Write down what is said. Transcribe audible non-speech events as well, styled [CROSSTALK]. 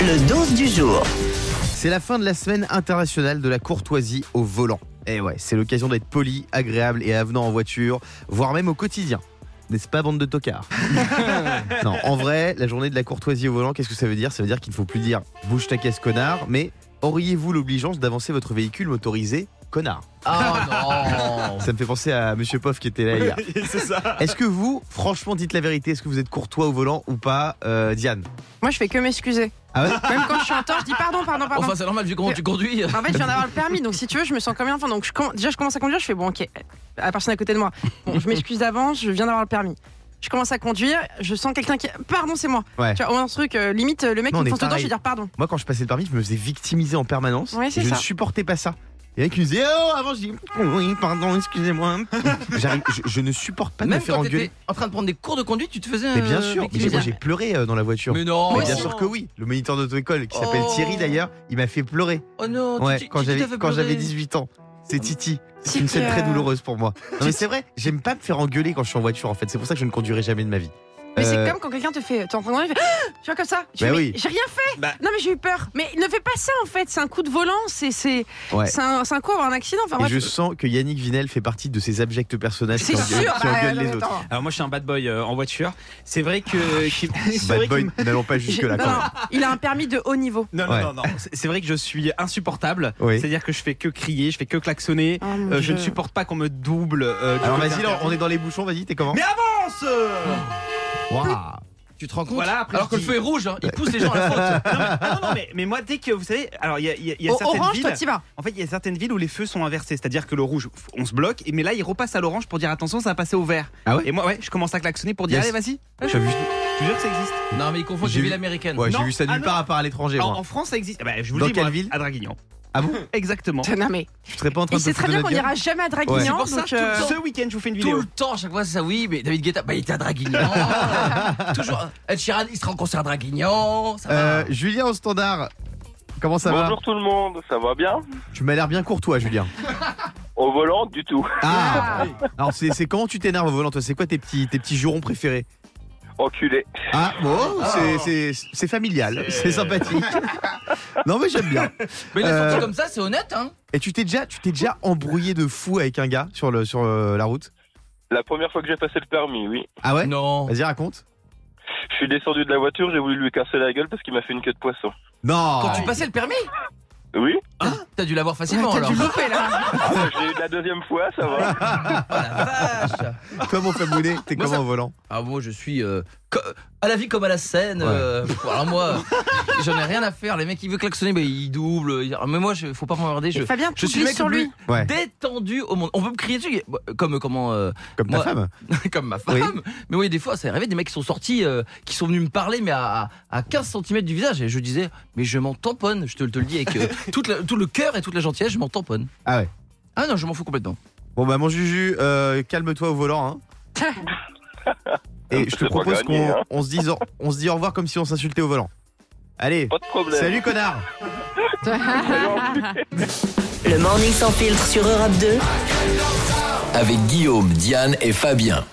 Le 12 du jour. C'est la fin de la semaine internationale de la courtoisie au volant. Et ouais, c'est l'occasion d'être poli, agréable et avenant en voiture, voire même au quotidien. N'est-ce pas, bande de [LAUGHS] tocards Non, en vrai, la journée de la courtoisie au volant, qu'est-ce que ça veut dire Ça veut dire qu'il ne faut plus dire bouge ta caisse, connard, mais auriez-vous l'obligeance d'avancer votre véhicule motorisé, connard Oh non Ça me fait penser à Monsieur Poff qui était là hier. [LAUGHS] C'est ça. Est-ce que vous, franchement, dites la vérité Est-ce que vous êtes courtois au volant ou pas, euh, Diane Moi, je fais que m'excuser. Ah ouais Même quand je suis en tort, je dis pardon, pardon, pardon. Enfin, c'est normal vu comment tu conduis. en fait, je viens d'avoir le permis, donc si tu veux, je me sens comme un enfant. Donc, je comm- déjà, je commence à conduire, je fais bon, ok, la personne à côté de moi. Bon, je m'excuse d'avance, je viens d'avoir le permis. Je commence à conduire, je sens quelqu'un qui. Pardon, c'est moi. Ouais. Tu vois, au moins, ce truc, euh, limite, euh, le mec Non, qui on me est fonce dedans, je pareil. vais dire pardon. Moi, quand je passais le permis, je me faisais victimiser en permanence. Ouais, c'est je ça. ne supportais pas ça. Et avec qui me disait Oh, avant, je dis Oui, [LAUGHS] pardon, excusez-moi. J'arrive- je, je ne supporte pas de me Même faire quand engueuler. t'étais en train de prendre des cours de conduite, tu te faisais. Mais bien euh, sûr, mais victimiser. j'ai- moi j'ai pleuré euh, dans la voiture. Mais non. Mais Oh. bien sûr que oui. Le moniteur d'auto-école qui s'appelle Oh. Thierry d'ailleurs, il m'a fait pleurer. Oh non. tu- Ouais, tu- quand tu j'avais t'as fait quand j'avais pleurer. 18 ans. C'est Titi. C'est Titi, une scène très euh. douloureuse pour moi. Non mais c'est vrai, j'aime pas me faire engueuler quand je suis en voiture en fait. C'est pour ça que je ne conduirai jamais de ma vie. Mais Euh, c'est comme quand quelqu'un te fait. T'es en train de conduire, il fait, Ah tu vois, comme ça. Tu Bah fais, oui. mais J'ai rien fait. Bah. Non, mais j'ai eu peur. Mais ne fais pas ça, en fait. C'est un coup de volant, c'est c'est Ouais. c'est un, c'est un coup à avoir un accident. Enfin, Et bref, je sens que Yannick Vinel fait partie de ces abjects personnages c'est qui engue- sûr. qui bah, engueulent non, mais les autres. attends. Alors moi je suis un bad boy euh, en voiture. C'est vrai que qui- [LAUGHS] c'est vrai Ah, Bad que- boy, n'allons pas jusque là. [LAUGHS] J'ai- Quand non, même. non, il a un permis de haut niveau. Non, non, Ouais. non, non. C'est- C'est vrai que je suis insupportable. Oui. C'est-à-dire que je fais que crier, je fais que klaxonner. Oh, Euh, je ne supporte pas qu'on me double. euh, du Alors côté vas-y, là, intérieur. on est dans les bouchons, vas-y, t'es comment [LAUGHS] Mais avance Waouh. Tu te rends compte Voilà, après Alors que je le dis- feu est rouge, hein, il pousse les gens à la faute. Non, mais, ah, non, non, mais, mais moi dès que vous savez, alors il y a, il y a- il y a Au- certaines Orange, toi, villes. t'y vas. En fait, il y a certaines villes où les feux sont inversés, c'est-à-dire que le rouge, on se bloque, et- mais là il repasse à l'orange pour dire attention, ça va passer au vert. Ah ouais Et moi, ouais, je commence à klaxonner pour dire Yes. allez vas-y. J'ai vu, Je te jure que ça existe. Non, mais il confond avec J'ai les vu- villes américaines. ouais, j'ai Non, vu ça ah nulle non. part à part à l'étranger. En, moi. en France, ça existe. Eh ben, je vous Dans le dis, quelle moi, ville à Draguignan. Ah bon [LAUGHS] Exactement. Non, mais Je serais pas en train il de te sait très foutre bien de notre qu'on gueule n'ira jamais à Draguignan. Ouais. C'est pour ça, donc, tout le euh, temps. Ce week-end, je vous fais une Tout vidéo. le temps, chaque fois, c'est ça. Oui, mais David Guetta, bah, il était à [LAUGHS] Draguignan. Toujours. Ed Sheeran, il sera en concert à Draguignan. Ça va. Euh, Julien au standard. Comment ça Bonjour tout le monde, ça va bien va Tu m'as l'air bien courtois, Julien. Au volant, du tout. [LAUGHS] Ah Alors, c'est c'est comment tu t'énerves au volant, toi C'est quoi tes petits, tes petits jurons préférés Enculé. Ah, bon, c'est- c'est c'est familial, c'est sympathique. [LAUGHS] non, mais j'aime bien. mais la sortie euh, comme ça, c'est honnête, hein. Et tu t'es déjà, tu t'es déjà embrouillé de fou avec un gars sur, le, sur euh, la route La première fois que j'ai passé le permis, oui. Ah ouais Non. Vas-y, raconte. Je suis descendu de la voiture, j'ai voulu lui casser la gueule parce qu'il m'a fait une queue de poisson. Non Quand tu passais le permis, Oui t'as dû l'avoir facilement T'as alors. dû louper là. Ah, bah, Je l'ai eu de la deuxième fois, ça va. Oh la vache Comment Fabounet T'es Moi, comment ça- au volant Ah moi je suis euh, co- à la vie comme à la scène. Ouais. euh, pff, alors moi, [LAUGHS] j'en ai rien à faire. Les mecs ils veulent klaxonner, mais ils doublent. ils- alors, Mais moi, je, faut pas m'emmerder. Je, Et Fabien, je tu suis le glisses mec sur le lui. plus Ouais. détendu au monde. On peut me crier dessus, comme comment, euh, [LAUGHS] Comme ta Moi- femme comme ma femme. Mais oui, des fois, ça arrivait des mecs qui sont sortis, euh, qui sont venus me parler, mais à, à- à 15 cm du visage. Et je disais, mais je m'en tamponne. Je te, te le dis [LAUGHS] avec euh, toute la- tout le cœur et toute la gentillesse, je m'en tamponne. Ah ouais. Ah non, je m'en fous complètement. Bon bah mon Juju, euh, calme-toi au volant. Hein. Et je te Ah, C'est pas propose gagné, qu'on hein. on se dise au- on se dit au revoir comme si on s'insultait au volant. Allez, Pas de problème. salut connard Salut, au Le morning sans filtre sur Europe 2. avec Guillaume, Diane et Fabien.